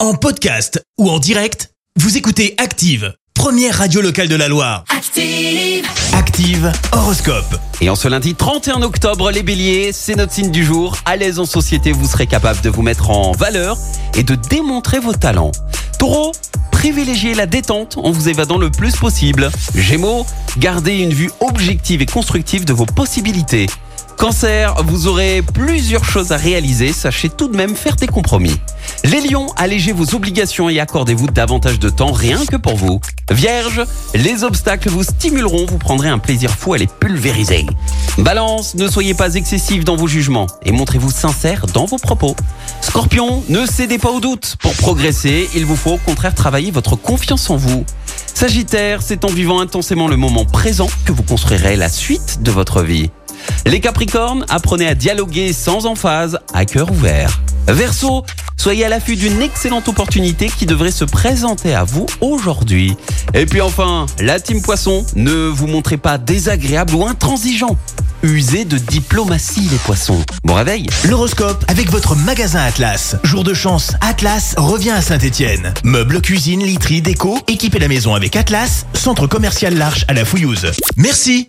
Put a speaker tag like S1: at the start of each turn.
S1: En podcast ou en direct, vous écoutez Active, première radio locale de la Loire.
S2: Active.
S1: Active Horoscope.
S3: Et en ce lundi 31 octobre, les béliers, c'est notre signe du jour. À l'aise en société, vous serez capable de vous mettre en valeur et de démontrer vos talents. Taureau, privilégiez la détente en vous évadant le plus possible. Gémeaux, gardez une vue objective et constructive de vos possibilités. Cancer, vous aurez plusieurs choses à réaliser, sachez tout de même faire des compromis. Les lions, allégez vos obligations et accordez-vous davantage de temps rien que pour vous. Vierge, les obstacles vous stimuleront, vous prendrez un plaisir fou à les pulvériser. Balance, ne soyez pas excessif dans vos jugements et montrez-vous sincère dans vos propos. Scorpion, ne cédez pas au doute. Pour progresser, il vous faut au contraire travailler votre confiance en vous. Sagittaire, c'est en vivant intensément le moment présent que vous construirez la suite de votre vie. Les Capricornes, apprenez à dialoguer sans emphase, à cœur ouvert. Verseau, soyez à l'affût d'une excellente opportunité qui devrait se présenter à vous aujourd'hui. Et puis enfin, la team Poisson, ne vous montrez pas désagréable ou intransigeant. Usez de diplomatie les poissons. Bon réveil
S1: L'horoscope avec votre magasin Atlas. Jour de chance, Atlas revient à Saint-Étienne. Meubles, cuisine, literie, déco, équipez la maison avec Atlas, centre commercial L'Arche à la Fouillouse. Merci,